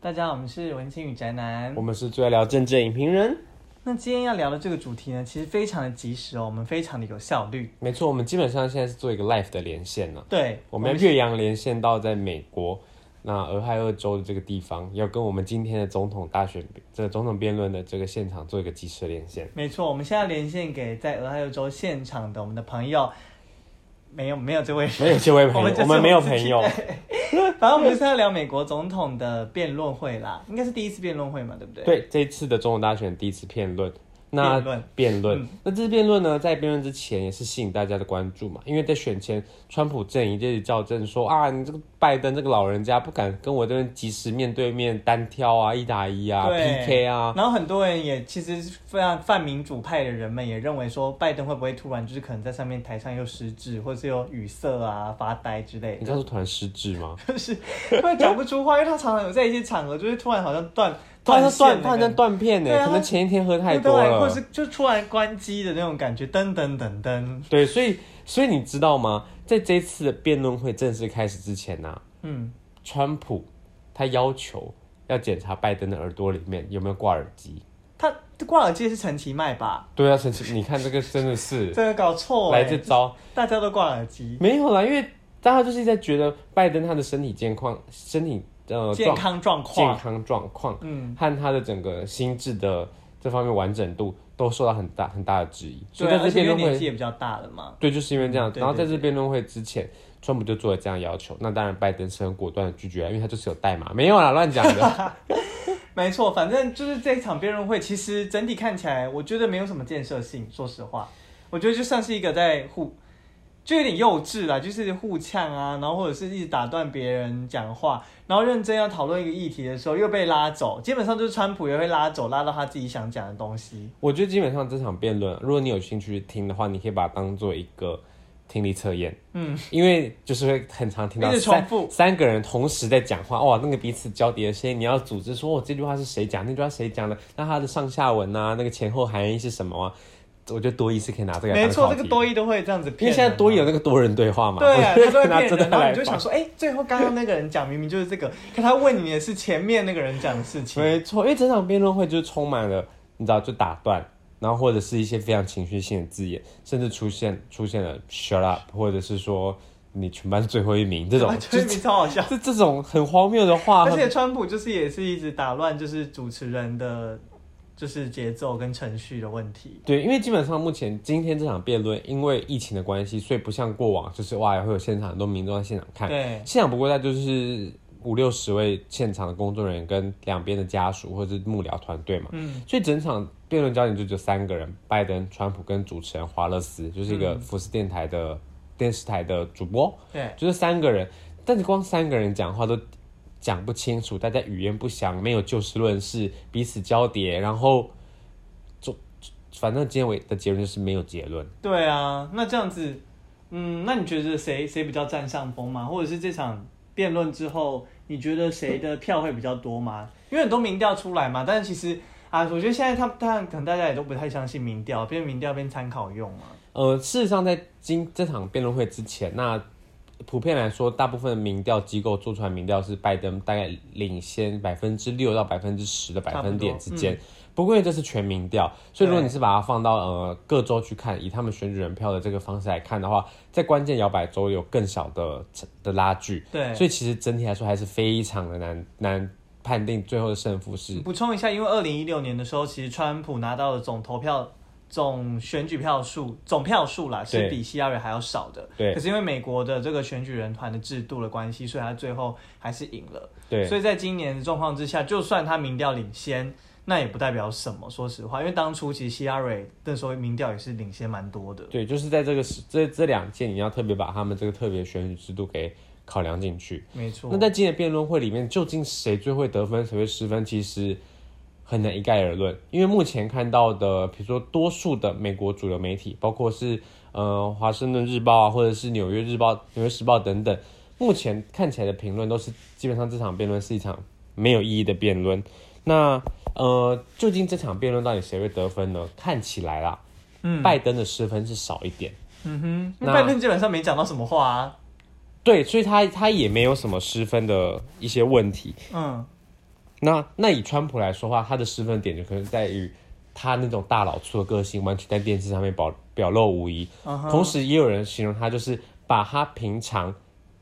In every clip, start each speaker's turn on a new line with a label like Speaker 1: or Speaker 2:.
Speaker 1: 大家好，我们是文青与宅男
Speaker 2: 我。们是最爱聊政治的影评人，
Speaker 1: 那今天要聊的这个主题呢，其实非常的及时哦，我们非常的有效率。
Speaker 2: 没错，我们基本上现在是做一个 live 的连线呢、
Speaker 1: 对，
Speaker 2: 我们要岳阳连线到在美国那俄亥俄州的这个地方，要跟我们今天的总统大选这个总统辩论的这个现场做一个及时连线。
Speaker 1: 没错，我们现在连线给在俄亥俄州现场的我们的朋友，没有没有这位
Speaker 2: 没有这位朋
Speaker 1: 我们就，
Speaker 2: 友
Speaker 1: 是
Speaker 2: 我们没有
Speaker 1: 我们自
Speaker 2: 朋
Speaker 1: 己
Speaker 2: 友，
Speaker 1: 反正我们就是要聊美国总统的辩论会啦，应该是第一次辩论会嘛，对不对？
Speaker 2: 对这一次的总统大选第一次辩论。那
Speaker 1: 辩论嗯
Speaker 2: 辩论，那这次辩论呢，在辩论之前也是吸引大家的关注嘛，因为在选前，川普阵营就一直叫阵说啊，你这个拜登这个老人家不敢跟我这边及时面对面单挑啊、一打一啊、
Speaker 1: 对
Speaker 2: PK 啊，
Speaker 1: 然后很多人也其实非常泛民主派的人们也认为说，拜登会不会突然就是可能在上面台上又失智，或是又语塞啊、发呆之类的，
Speaker 2: 你刚说突然失智吗？
Speaker 1: 就是 突然讲不出话，因为他常常有在一些场合就是突然好像断
Speaker 2: 突然断，
Speaker 1: 线
Speaker 2: 突
Speaker 1: 的感
Speaker 2: 然
Speaker 1: 觉
Speaker 2: 间断片呢、
Speaker 1: 对啊
Speaker 2: 可能前一天喝太
Speaker 1: 对
Speaker 2: 多
Speaker 1: 或
Speaker 2: 了
Speaker 1: 者。是就突然关机的那种感觉，噔噔噔噔，
Speaker 2: 对，所以所以你知道吗？在这次的辩论会正式开始之前呢、啊
Speaker 1: 嗯，
Speaker 2: 川普他要求要检查拜登的耳朵里面有没有挂耳机。
Speaker 1: 他挂耳机是陈其迈吧？
Speaker 2: 对啊，陈奇，你看这个真 的是
Speaker 1: 这个搞错、欸，
Speaker 2: 来这招
Speaker 1: 大家都挂耳机，
Speaker 2: 没有啦，因为大家就是在觉得拜登他的身体健康、身体呃
Speaker 1: 健
Speaker 2: 状
Speaker 1: 康状
Speaker 2: 健
Speaker 1: 况，
Speaker 2: 康状况
Speaker 1: 嗯。
Speaker 2: 和他的整个心智的这方面完整度都受到很大很大的质疑，所以
Speaker 1: 对啊，
Speaker 2: 在
Speaker 1: 而
Speaker 2: 这
Speaker 1: 且
Speaker 2: 辩
Speaker 1: 因为
Speaker 2: 论
Speaker 1: 年纪
Speaker 2: 会，
Speaker 1: 也比较大了嘛。
Speaker 2: 对，就是因为这样
Speaker 1: 嗯。对
Speaker 2: 然后在
Speaker 1: 对
Speaker 2: 这辩论会之前，川普就做了这样要求，那当然拜登是很果断的拒绝啊，因为他就是有代码，没有啦，乱讲 的。
Speaker 1: 没错，反正就是这一场辩论会，其实整体看起来，我觉得没有什么建设性。说实话，我觉得就像是一个在互，就有点幼稚啦，就是互呛啊，然后或者是一直打断别人讲话，然后认真要讨论一个议题的时候又被拉走，基本上就是川普也会拉走，拉到他自己想讲的东西。
Speaker 2: 我觉得基本上这场辩论，如果你有兴趣听的话，你可以把它当做一个听力测验。嗯，因为就是会很常听到
Speaker 1: 一直重
Speaker 2: 三
Speaker 1: 复
Speaker 2: 三个人同时在讲话，哇，那个彼此交叠的声音，你要组织说，哦，这句话是谁讲，那句话谁讲的，那它的上下文啊，那个前后含义是什么啊？我觉得多一是可以拿这个来
Speaker 1: 没
Speaker 2: 当
Speaker 1: 错，
Speaker 2: 考
Speaker 1: 这
Speaker 2: 题。
Speaker 1: 个多一都会这样子
Speaker 2: 啊因
Speaker 1: 骗
Speaker 2: 为
Speaker 1: 人啊。
Speaker 2: 现在多一有那个多人对话嘛，
Speaker 1: 对啊，
Speaker 2: 我觉
Speaker 1: 他
Speaker 2: 得
Speaker 1: 都会骗
Speaker 2: 可以拿 这个
Speaker 1: 人，然后
Speaker 2: 来
Speaker 1: 你就
Speaker 2: 放
Speaker 1: 想说，哎、最后刚刚那个人讲明明就是这个，可他问你也是前面那个人讲的事情。
Speaker 2: 没错，因为整场辩论会就是充满了，你知道，就打断，然后或者是一些非常情绪性的字眼，甚至出现出现了 “shut up”，或者是说你全班 最后一名 这种，
Speaker 1: 就是
Speaker 2: 就
Speaker 1: 超好笑。
Speaker 2: 这这种很荒谬啊的话，
Speaker 1: 而
Speaker 2: 很
Speaker 1: 且川普就是也是一直打乱，就是主持人的，就是节奏跟程序的问题。
Speaker 2: 对，因为基本上目前今天这场辩论，因为疫情的关系，所以不像过往就是哇会有现场很多民众在现场看，
Speaker 1: 对，
Speaker 2: 现场不过大概就是五六十位现场的工作人员跟两边的家属或者是幕僚团队嘛，
Speaker 1: 嗯，
Speaker 2: 所以整场辩论焦点就只有三个人：拜登、川普跟主持人华勒斯，就是一个福斯电台的、电视台的主播，
Speaker 1: 对，
Speaker 2: 就是三个人。但是光三个人讲话都讲不清楚，大家语言不详，没有就事论事，彼此交叠，然后就反正结尾的结论就是没有结论。
Speaker 1: 对啊。那这样子，嗯，那你觉得谁谁比较占上风吗？或者是这场辩论之后，你觉得谁的票会比较多吗？因为很多民调出来嘛，但是其实啊，我觉得现在他当然可能大家也都不太相信民调，边民调边参考用嘛。
Speaker 2: 呃，事实上，在今这场辩论会之前，那普遍来说，大部分民调机构做出来民调是拜登大概领先百分之六到百分之十的百分点之间。不过因为这是全民调，所以如果你是把它放到呃各州去看，以他们选举人票的这个方式来看的话，在关键摇摆州有更小的的拉锯。
Speaker 1: 对，
Speaker 2: 所以其实整体来说还是非常的难难判定最后的胜负是
Speaker 1: 补充一下，因为二零一六年的时候，其实川普拿到的总投票、总选举票数、总票数啦，是
Speaker 2: 对
Speaker 1: 比希拉蕊还要少的。
Speaker 2: 对
Speaker 1: 可是因为美国的这个选举人团的制度的关系，所以他最后还是赢了。
Speaker 2: 对。
Speaker 1: 所以在今年的状况之下，就算他民调领先，那也不代表什么。说实话，因为当初其实希拉蕊那时候民调也是领先蛮多的。
Speaker 2: 对，就是在这个时这这两届，你要特别把他们这个特别选举制度给考量进去。
Speaker 1: 没错。
Speaker 2: 那在今年辩论会里面，究竟谁最会得分，谁会失分，其实很难一概而论。因为目前看到的，比如说多数的美国主流媒体，包括是呃《华盛顿日报》啊，或者是《纽约日报》《纽约时报》等等，目前看起来的评论都是基本上这场辩论是一场没有意义的辩论。那呃，究竟这场辩论到底谁会得分呢？看起来啦，
Speaker 1: 嗯
Speaker 2: 拜登的失分是少一点。
Speaker 1: 嗯哼，
Speaker 2: 那
Speaker 1: 拜登基本上没讲到什么话啊。
Speaker 2: 对，所以他他也没有什么失分的一些问题。
Speaker 1: 嗯，
Speaker 2: 那那以川普来说话，他的失分点就可能在于他那种大老粗的个性，完全在电视上面表表露无遗。
Speaker 1: 嗯哼
Speaker 2: 同时，也有人形容他就是把他平常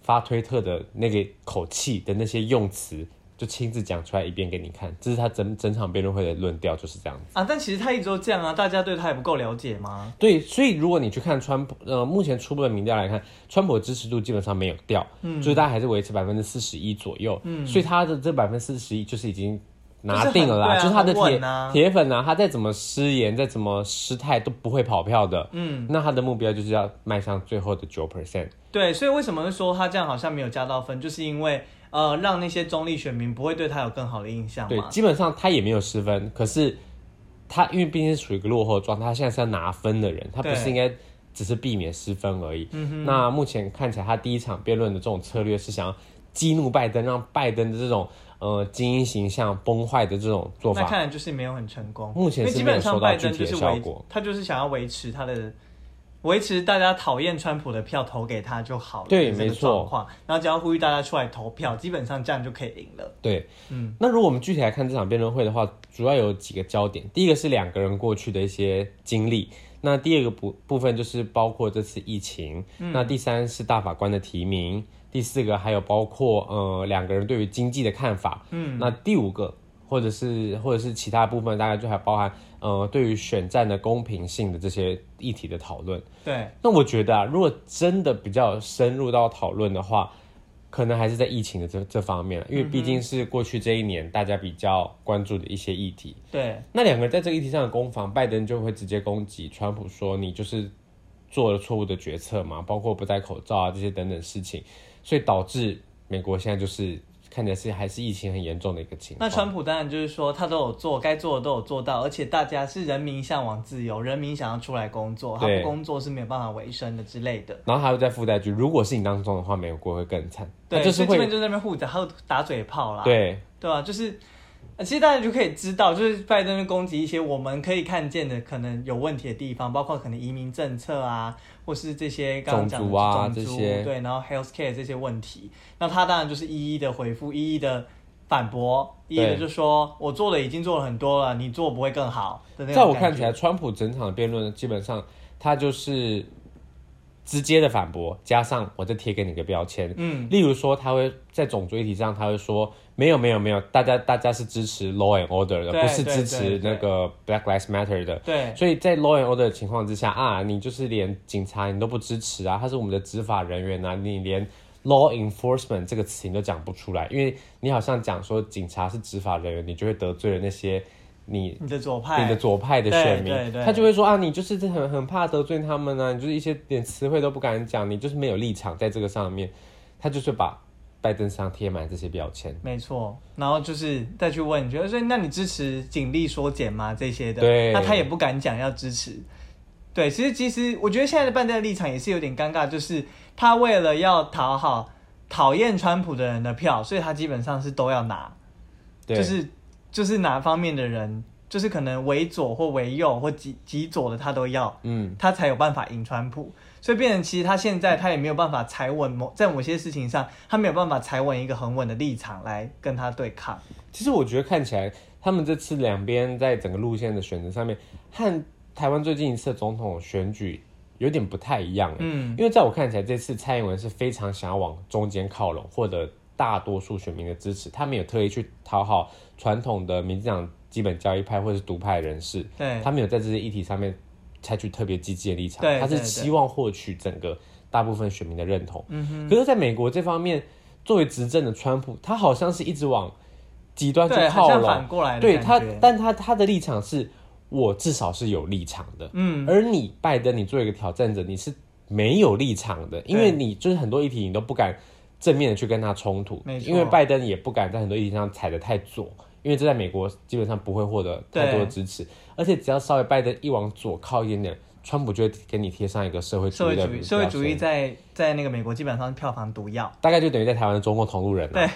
Speaker 2: 发推特的那个口气的那些用词，就亲自讲出来一遍给你看。这是他整整场辩论会的论调，就是这样。
Speaker 1: 啊，但其实他一直都这样啊，大家对他也不够了解嘛。
Speaker 2: 对，所以如果你去看川普，呃，目前初步的民调来看，川普的支持度基本上没有掉，嗯，就是大家还是维持百分之四十一左右，嗯，所以他的这百分之四十一就是已经拿定了啦，
Speaker 1: 就是很
Speaker 2: 就是他的
Speaker 1: 对啊
Speaker 2: 铁
Speaker 1: 很稳啊
Speaker 2: 铁粉啊，他再怎么失言，再怎么失态都不会跑票的，嗯，那他的目标就是要迈向最后的九 percent，
Speaker 1: 对，所以为什么会说他这样好像没有加到分，就是因为呃，让那些中立选民不会对他有更好的印象
Speaker 2: 对，
Speaker 1: 嘛。
Speaker 2: 基本上他也没有失分，可是他因为毕竟是属于一个落后的状态，他现在是要拿分的人，他不是
Speaker 1: 对
Speaker 2: 应该只是避免失分而已。那目前看起来，他第一场辩论的这种策略是想要激怒拜登，让拜登的这种呃精英形象崩坏的这种做
Speaker 1: 那
Speaker 2: 法。
Speaker 1: 看来就是没有很成功，
Speaker 2: 目前
Speaker 1: 因为
Speaker 2: 是
Speaker 1: 基
Speaker 2: 没有
Speaker 1: 本
Speaker 2: 收
Speaker 1: 上
Speaker 2: 到
Speaker 1: 拜
Speaker 2: 具
Speaker 1: 登
Speaker 2: 体
Speaker 1: 就
Speaker 2: 的
Speaker 1: 是
Speaker 2: 效
Speaker 1: 维
Speaker 2: 果，
Speaker 1: 他就是想要维持他的，维持大家讨厌川普的票投给他就好了，
Speaker 2: 对
Speaker 1: 这个
Speaker 2: 没错
Speaker 1: 状况，然后只要呼吁大家出来投票，基本上这样就可以赢了。
Speaker 2: 对，嗯。那如果我们具体来看这场辩论会的话，主要有几个焦点，第一个是两个人过去的一些经历。那第二个部部分就是包括这次疫情，那第三是大法官的提名，第四个还有包括呃两个人对于经济的看法，嗯，那第五个或者是或者是其他部分大概就还包含呃对于选战的公平性的这些议题的讨论。
Speaker 1: 对，
Speaker 2: 那我觉得啊，如果真的比较深入到讨论的话，可能还是在疫情的这这方面了，啊因为毕
Speaker 1: 嗯
Speaker 2: 竟是过去这一年大家比较关注的一些议题。
Speaker 1: 对，
Speaker 2: 那两个人在这个议题上的攻防，拜登就会直接攻击川普说你就是做了错误的决策嘛，包括不戴口罩啊这些等等事情，所以导致美国现在就是看起来是还是疫情很严重的一个情
Speaker 1: 那
Speaker 2: 况。
Speaker 1: 川普当然就是说他都有做，该做的都有做到，而且大家是人民向往自由，人民想要出来工作，他
Speaker 2: 对
Speaker 1: 不工作是没有办法维生的之类的。
Speaker 2: 然后还会再附带一句，如果是你当中的话，美国会更惨。
Speaker 1: 对，
Speaker 2: 那就是
Speaker 1: 所以基
Speaker 2: 会
Speaker 1: 本就在那边互打互打嘴炮啦。
Speaker 2: 对
Speaker 1: 对啊，就是，呃其实大家就可以知道，就是拜登攻击一些我们可以看见的可能有问题的地方，包括可能移民政策啊，或是这些刚刚讲的
Speaker 2: 种族啊
Speaker 1: 种族
Speaker 2: 这些
Speaker 1: 对，然后 healthcare 这些问题，那他当然就是一一的回复，一一的反驳，一一的
Speaker 2: 对
Speaker 1: 就说我做的已经做了很多了，你做不会更好的那种
Speaker 2: 在我
Speaker 1: 感
Speaker 2: 看
Speaker 1: 觉
Speaker 2: 起来，，川普整场的辩论基本上他就是直接的反驳，加上我再贴给你个标签。
Speaker 1: 嗯，
Speaker 2: 例如说，他会在种族议题上，他会说没有没有没有，大家大家是支持 law and order 的，
Speaker 1: 对
Speaker 2: 不是
Speaker 1: 对
Speaker 2: 支
Speaker 1: 对
Speaker 2: 持
Speaker 1: 对
Speaker 2: 那个 Black Lives Matter 的。
Speaker 1: 对
Speaker 2: 所以在 law and order 的情况之下啊，你就是连警察你都不支持啊，他是我们的执法人员啊，你连 law enforcement 这个词你都讲不出来，因为你好像讲说警察是执法人员，你就会得罪了那些你
Speaker 1: 你的左
Speaker 2: 你的
Speaker 1: 派，
Speaker 2: 左派的选民，
Speaker 1: 对对对
Speaker 2: 他就会说啊，你就是很很怕得罪他们啊，你就是一些点词汇都不敢讲，你就是没有立场在这个上面，他就是把拜登身上贴满这些标签。
Speaker 1: 没错，然后就是再去问，觉得所以那你支持警力缩减吗？这些的，
Speaker 2: 对
Speaker 1: 那他也不敢讲要支持。对，其实其实我觉得现在的拜登的立场也是有点尴尬，就是他为了要讨好讨厌川普的人的票，所以他基本上是都要拿，
Speaker 2: 对，
Speaker 1: 就是就是哪方面的人，就是可能为左或为右或极极左的他都要，
Speaker 2: 嗯，
Speaker 1: 他才有办法赢川普。所以变成其实他现在他也没有办法踩稳某在某些事情上，他没有办法踩稳一个很稳的立场来跟他对抗。
Speaker 2: 其实我觉得看起来他们这次两边在整个路线的选择上面，和台湾最近一次的总统选举有点不太一样。
Speaker 1: 嗯，
Speaker 2: 因为在我看起来，这次蔡英文是非常想要往中间靠拢，获得大多数选民的支持。他没有特意去讨好传统的民进党基本教义派或是独派人士，
Speaker 1: 对
Speaker 2: 他没有在这些议题上面采取特别积极的立场
Speaker 1: 对，
Speaker 2: 他是
Speaker 1: 对
Speaker 2: 希望获取整个大部分选民的认同。
Speaker 1: 嗯
Speaker 2: 可是在美国这方面，作为执政的川普，他好像是一直往极端去
Speaker 1: 对，好
Speaker 2: 靠
Speaker 1: 像
Speaker 2: 拢
Speaker 1: 反，过来的
Speaker 2: 对
Speaker 1: 感
Speaker 2: 他
Speaker 1: 觉，
Speaker 2: 但他他的立场是，我至少是有立场的，
Speaker 1: 嗯，
Speaker 2: 而你拜登，你作为一个挑战者，你是没有立场的，因为你就是很多议题你都不敢正面的去跟他冲突
Speaker 1: 没，错
Speaker 2: 因为拜登也不敢在很多议题上踩得太左，因为这在美国基本上不会获得太多的支持，而且只要稍微拜登一往左靠一点点，川普就会给你贴上一个社会
Speaker 1: 社
Speaker 2: 主
Speaker 1: 会
Speaker 2: 义的
Speaker 1: 主义，社会主义
Speaker 2: 标签
Speaker 1: 在在那个美国基本上是票房毒药。
Speaker 2: 大概就等于在台湾的中共同路人了、
Speaker 1: 对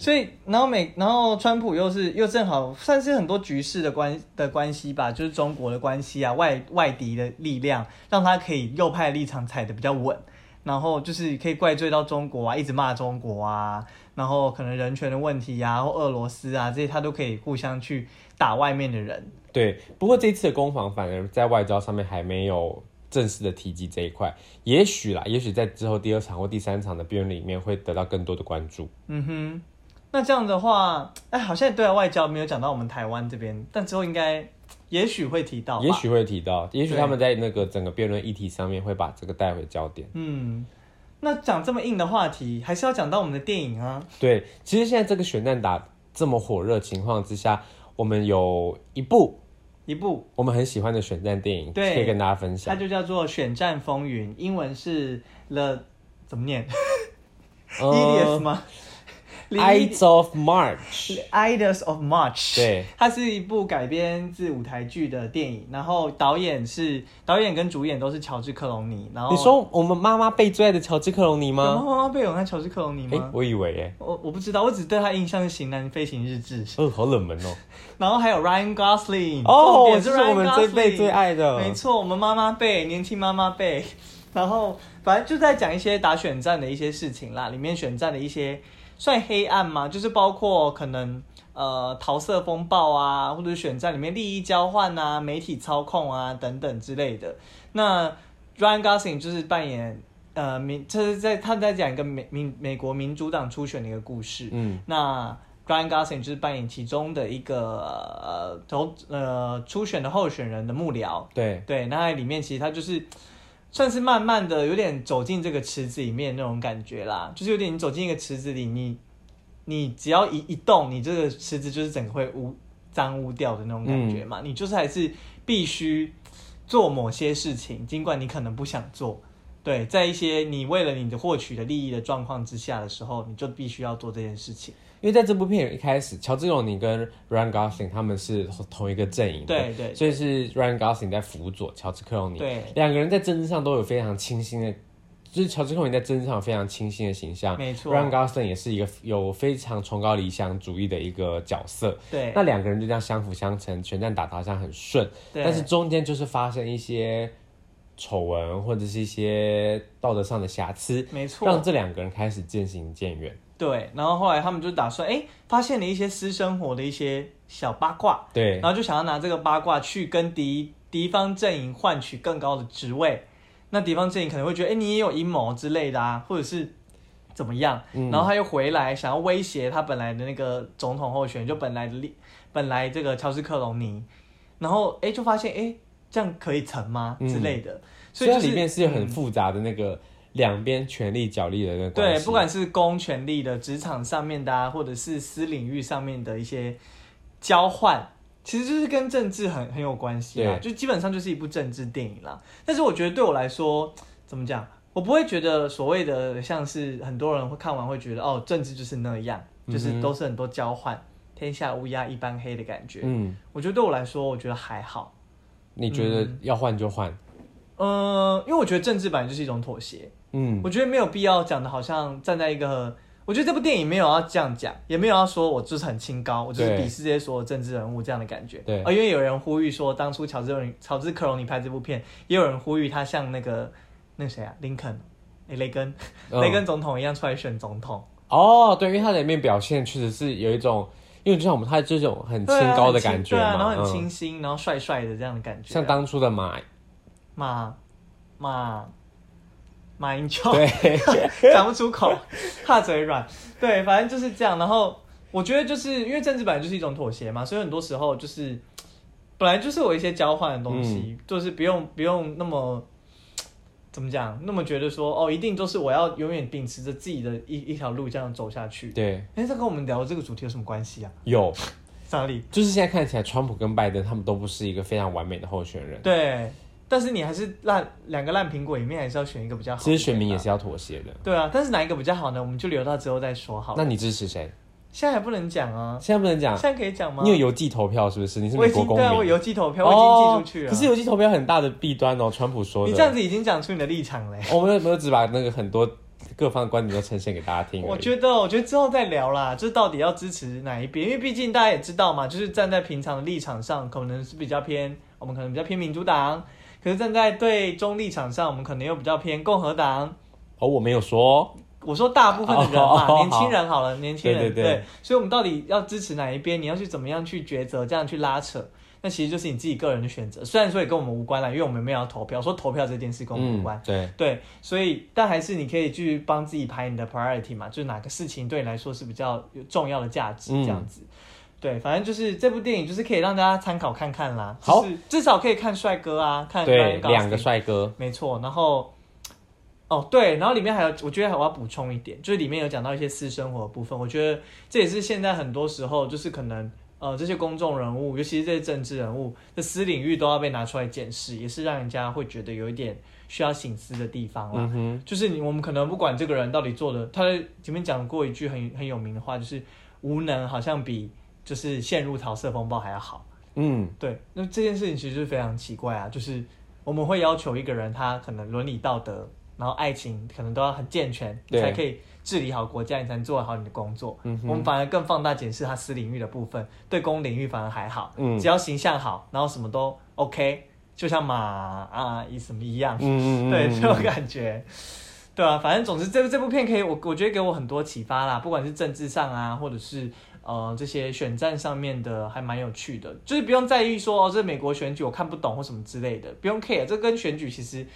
Speaker 1: 所以，然后美，然后川普又是又正好算是很多局势的关的关系吧，就是中国的关系啊，外外敌的力量，让他可以右派立场踩得比较稳。然后就是可以怪罪到中国啊，一直骂中国啊，然后可能人权的问题啊，或俄罗斯啊这些，他都可以互相去打外面的人。
Speaker 2: 对，不过这次的攻防反而在外交上面还没有正式的提及这一块，也许啦，也许在之后第二场或第三场的辩论里面会得到更多的关注。
Speaker 1: 嗯哼，那这样的话，哎，好像对外外交没有讲到我们台湾这边，但之后应该也许会提到吧。
Speaker 2: 也许会提到，也许他们在那个整个辩论议题上面会把这个带回焦点。
Speaker 1: 嗯，那讲这么硬的话题，还是要讲到我们的电影啊。
Speaker 2: 对，其实现在这个选战打这么火热的情况之下，我们有一部
Speaker 1: 一部，
Speaker 2: 我们很喜欢的选战电影，可
Speaker 1: 对
Speaker 2: 以跟大家分享
Speaker 1: 它。就叫做《选战风云》，英文是 The 怎么念
Speaker 2: 呃
Speaker 1: ？Idiot 吗
Speaker 2: 嗯 Ides of March，
Speaker 1: Idols of March，
Speaker 2: 对，
Speaker 1: 它是一部改编自舞台剧的电影，然后导演是导演跟主演都是乔治克隆尼，然后
Speaker 2: 你说我们妈妈被最爱的乔治克隆尼
Speaker 1: 有
Speaker 2: 吗？
Speaker 1: 妈妈被永和乔治克隆尼
Speaker 2: 哎、
Speaker 1: 吗？
Speaker 2: 我以为哎，
Speaker 1: 我我不知道，我只对他印象是《型男飞行日志》，
Speaker 2: 哦，好冷门哦。
Speaker 1: 然后还有 Ryan Gosling，重嗯
Speaker 2: 哦，
Speaker 1: 点
Speaker 2: 这
Speaker 1: 是
Speaker 2: 是
Speaker 1: Ryan
Speaker 2: 我们这
Speaker 1: Gosling
Speaker 2: 辈最爱
Speaker 1: 没
Speaker 2: 的。
Speaker 1: 错，我们妈妈辈，年轻妈妈辈， 然后反正就在讲一些打选战的一些事情啦，里面选战的一些算黑暗吗？就是包括可能呃桃色风暴啊，或者是选战里面利益交换啊、媒体操控啊等等之类的。那 Ryan Gosling 就是扮演呃民，就是在他在讲一个美民美国民主党初选的一个故事。
Speaker 2: 嗯，
Speaker 1: 那 Ryan Gosling 就是扮演其中的一个呃投呃初选的候选人的幕僚，
Speaker 2: 对，
Speaker 1: 对，那在里面其实他就是算是慢慢的有点走进这个池子里面那种感觉啦，就是有点你走进一个池子里，你你只要一一动，你这个池子就是整个会污脏污掉的那种
Speaker 2: 嗯
Speaker 1: 感觉嘛，你就是还是必须做某些事情，尽管你可能不想做。对，在一些你为了你的获取的利益的状况之下的时候，你就必须要做这件事情。
Speaker 2: 因为在这部片一开始，乔治克隆尼跟 Ryan Gosling 他们是同一个阵营的，
Speaker 1: 对对
Speaker 2: 所以是 Ryan Gosling 在辅佐乔治克隆尼，
Speaker 1: 对，
Speaker 2: 两个人在政治上都有非常清新的，就是乔治克隆尼在政治上有非常清新的形象，
Speaker 1: 没错
Speaker 2: Ryan Gosling 也是一个有非常崇高理想主义的一个角色，
Speaker 1: 对
Speaker 2: 那两个人就这样相辅相成，全战打得好像很顺，
Speaker 1: 对
Speaker 2: 但是中间就是发生一些丑闻或者是一些道德上的瑕疵，
Speaker 1: 没错，
Speaker 2: 让这两个人开始渐行渐远。
Speaker 1: 对，然后后来他们就打算，哎，发现了一些私生活的一些小八卦，
Speaker 2: 对
Speaker 1: 然后就想要拿这个八卦去跟敌敌方阵营换取更高的职位。那敌方阵营可能会觉得，哎，你也有阴谋之类的啊，或者是怎么样？
Speaker 2: 嗯
Speaker 1: 然后他又回来想要威胁他本来的那个总统候选人，就本来的利本来这个乔治克隆尼，然后哎就发现，哎，这样可以成吗
Speaker 2: 嗯
Speaker 1: 之类的？
Speaker 2: 所
Speaker 1: 以
Speaker 2: 以
Speaker 1: 就嗯
Speaker 2: 它里面是有很复杂的那个两边权力角力的那个关
Speaker 1: 对，
Speaker 2: 系。
Speaker 1: 不管是公权力的职场上面的、啊，或者是私领域上面的一些交换，其实就是跟政治很很有关系啦。就基本上就是一部政治电影啦。但是我觉得对我来说，怎么讲，我不会觉得所谓的像是很多人会看完会觉得哦，政治就是那样，
Speaker 2: 嗯
Speaker 1: 就是都是很多交换，天下乌鸦一般黑的感觉。
Speaker 2: 嗯，
Speaker 1: 我觉得对我来说，我觉得还好。
Speaker 2: 你觉得要换就换。
Speaker 1: 呃，因为我觉得政治本来就是一种妥协。
Speaker 2: 嗯，
Speaker 1: 我觉得没有必要讲的，好像站在一个，我觉得这部电影没有要这样讲，也没有要说我就是很清高，我就是
Speaker 2: 对
Speaker 1: 鄙视这些所有政治人物这样的感觉。
Speaker 2: 对
Speaker 1: 而因为有人呼吁说，当初乔治克隆乔治克隆尼拍这部片，也有人呼吁他像那个那谁啊，林肯。诶雷根，
Speaker 2: 嗯
Speaker 1: 雷根总统一样出来选总统，
Speaker 2: 哦，对，因为它里面表现确实是有一种，因为就像我们他这种很清
Speaker 1: 对啊
Speaker 2: 高的
Speaker 1: 很清
Speaker 2: 感觉
Speaker 1: 对
Speaker 2: 嘛，
Speaker 1: 啊，然后很
Speaker 2: 嗯
Speaker 1: 清新，然后帅帅的这样的感觉啊，
Speaker 2: 像当初的马，
Speaker 1: 马马马英九，
Speaker 2: 对，
Speaker 1: 讲不出口，怕嘴软。对，反正就是这样。然后我觉得就是因为政治本来就是一种妥协嘛，所以很多时候就是本来就是有一些交换的东西，
Speaker 2: 嗯
Speaker 1: 就是不用不用那么。怎么讲？那么觉得说哦，一定都是我要永远秉持着自己的一一条路这样走下去。
Speaker 2: 对，
Speaker 1: 哎，这跟我们聊这个主题有什么关系啊？
Speaker 2: 有，
Speaker 1: 哪里？
Speaker 2: 就是现在看起来，川普跟拜登他们都不是一个非常完美的候选人，
Speaker 1: 对，但是你还是烂两个烂苹果里面，还是要选一个比较好一
Speaker 2: 其
Speaker 1: 点啊。
Speaker 2: 实选民也是要妥协的。
Speaker 1: 对啊，但是哪一个比较好呢？我们就留到之后再说好了。
Speaker 2: 那你支持谁？
Speaker 1: 现在还不能讲啊，
Speaker 2: 现在不能讲
Speaker 1: 现，在可以讲吗？
Speaker 2: 你有邮寄投票是不是？你是
Speaker 1: 我
Speaker 2: 美
Speaker 1: 已
Speaker 2: 国
Speaker 1: 经
Speaker 2: 公
Speaker 1: 对啊，我
Speaker 2: 民。哦
Speaker 1: 邮寄投票，我已经寄出去了。
Speaker 2: 可是邮寄投票很大的弊端哦，川普说
Speaker 1: 哦
Speaker 2: 的。
Speaker 1: 你这样子已经讲出你的立场嘞。
Speaker 2: 我们有没有只把那个很多各方的观点都呈现给大家听而已？
Speaker 1: 我觉得，我觉得之后再聊啦，就是到底要支持哪一边，因为毕竟大家也知道嘛，就是站在平常的立场上，可能是比较偏，我们可能比较偏民主党，可是站在对中立场上，我们可能又比较偏共和党，
Speaker 2: 哦，我没有说哦、
Speaker 1: 我说大部分的人嘛，
Speaker 2: 哦
Speaker 1: 年轻人好了，年轻人
Speaker 2: 对对对
Speaker 1: 所以我们到底要支持哪一边？你要去怎么样去抉择，这样去拉扯，那其实就是你自己个人的选择。虽然说也跟我们无关啦，因为我们没有要投票，说投票这件事跟我们无
Speaker 2: 嗯
Speaker 1: 关。，
Speaker 2: 对，
Speaker 1: 对，所以但还是你可以去帮自己排你的 priority 嘛，就是哪个事情对你来说是比较有重要的价值
Speaker 2: 嗯
Speaker 1: 这样子。对，反正就是这部电影就是可以让大家参考看看啦，
Speaker 2: 好
Speaker 1: 就是至少可以看帅哥啊，看
Speaker 2: 对，
Speaker 1: Ryan Gosling
Speaker 2: 两个帅哥，
Speaker 1: 没错，然后。哦，对，然后里面还有，我觉得我要补充一点，就是里面有讲到一些私生活的部分，我觉得这也是现在很多时候，就是可能呃这些公众人物，尤其是这些政治人物的私领域都要被拿出来检视，也是让人家会觉得有一点需要醒思的地方啦。
Speaker 2: 嗯哼，
Speaker 1: 就是你我们可能不管这个人到底做的，他在前面讲过一句很很有名的话，就是无能好像比就是陷入桃色风暴还要好。
Speaker 2: 嗯，
Speaker 1: 对，那这件事情其实是非常奇怪啊，就是我们会要求一个人他可能伦理道德，然后爱情可能都要很健全，你
Speaker 2: 对
Speaker 1: 才可以治理好国家，你才能做好你的工作。
Speaker 2: 嗯哼
Speaker 1: 我们反而更放大检视他私领域的部分，对公领域反而还好，
Speaker 2: 嗯
Speaker 1: 只要形象好，然后什么都 OK，就像马啊一什么一样，
Speaker 2: 嗯嗯嗯
Speaker 1: 对
Speaker 2: 嗯
Speaker 1: 这种感觉。对啊，反正总之这部这部片可以，我我觉得给我很多启发啦，不管是政治上啊，或者是呃这些选战上面的，还蛮有趣的，就是不用在意说哦，这美国选举我看不懂或什么之类的，不用 care，这跟选举其实。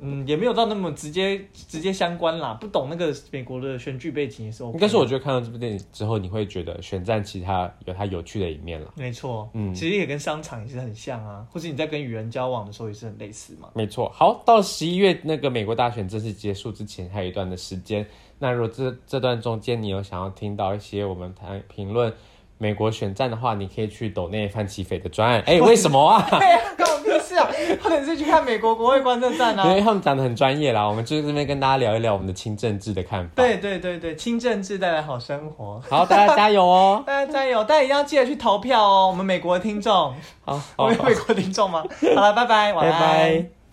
Speaker 1: 嗯，也没有到那么直接直接相关啦，不懂那个美国的选举背景也是 OK 的。
Speaker 2: 应该是我觉得看到这部电影之后，你会觉得选战其他有它有趣的一面了。
Speaker 1: 没错，
Speaker 2: 嗯
Speaker 1: 其实也跟商场也是很像啊，或是你在跟与人交往的时候也是很类似 嘛。
Speaker 2: 没错，好，到十一月那个美国大选正式结束之前，还有一段的时间。那如果这这段中间你有想要听到一些我们谈评论美国选战的话，你可以去抖内范奇斐的专案。 哎、为什么啊？
Speaker 1: 对啊，关我屁事啊！ 或者是去看美国国会观测站
Speaker 2: 因
Speaker 1: 啊。
Speaker 2: 为他们讲的很专业啦，我们就这边跟大家聊一聊我们的清政治的看法。，
Speaker 1: 对对对对，清政治带来好生活，
Speaker 2: 好，大家加油哦！
Speaker 1: 大家加油！大家一定要记得去投票哦，我们美国的听众，
Speaker 2: 好，
Speaker 1: 我
Speaker 2: 好
Speaker 1: 们有美国听众吗？好了，拜拜，晚
Speaker 2: 拜
Speaker 1: 安。
Speaker 2: 拜。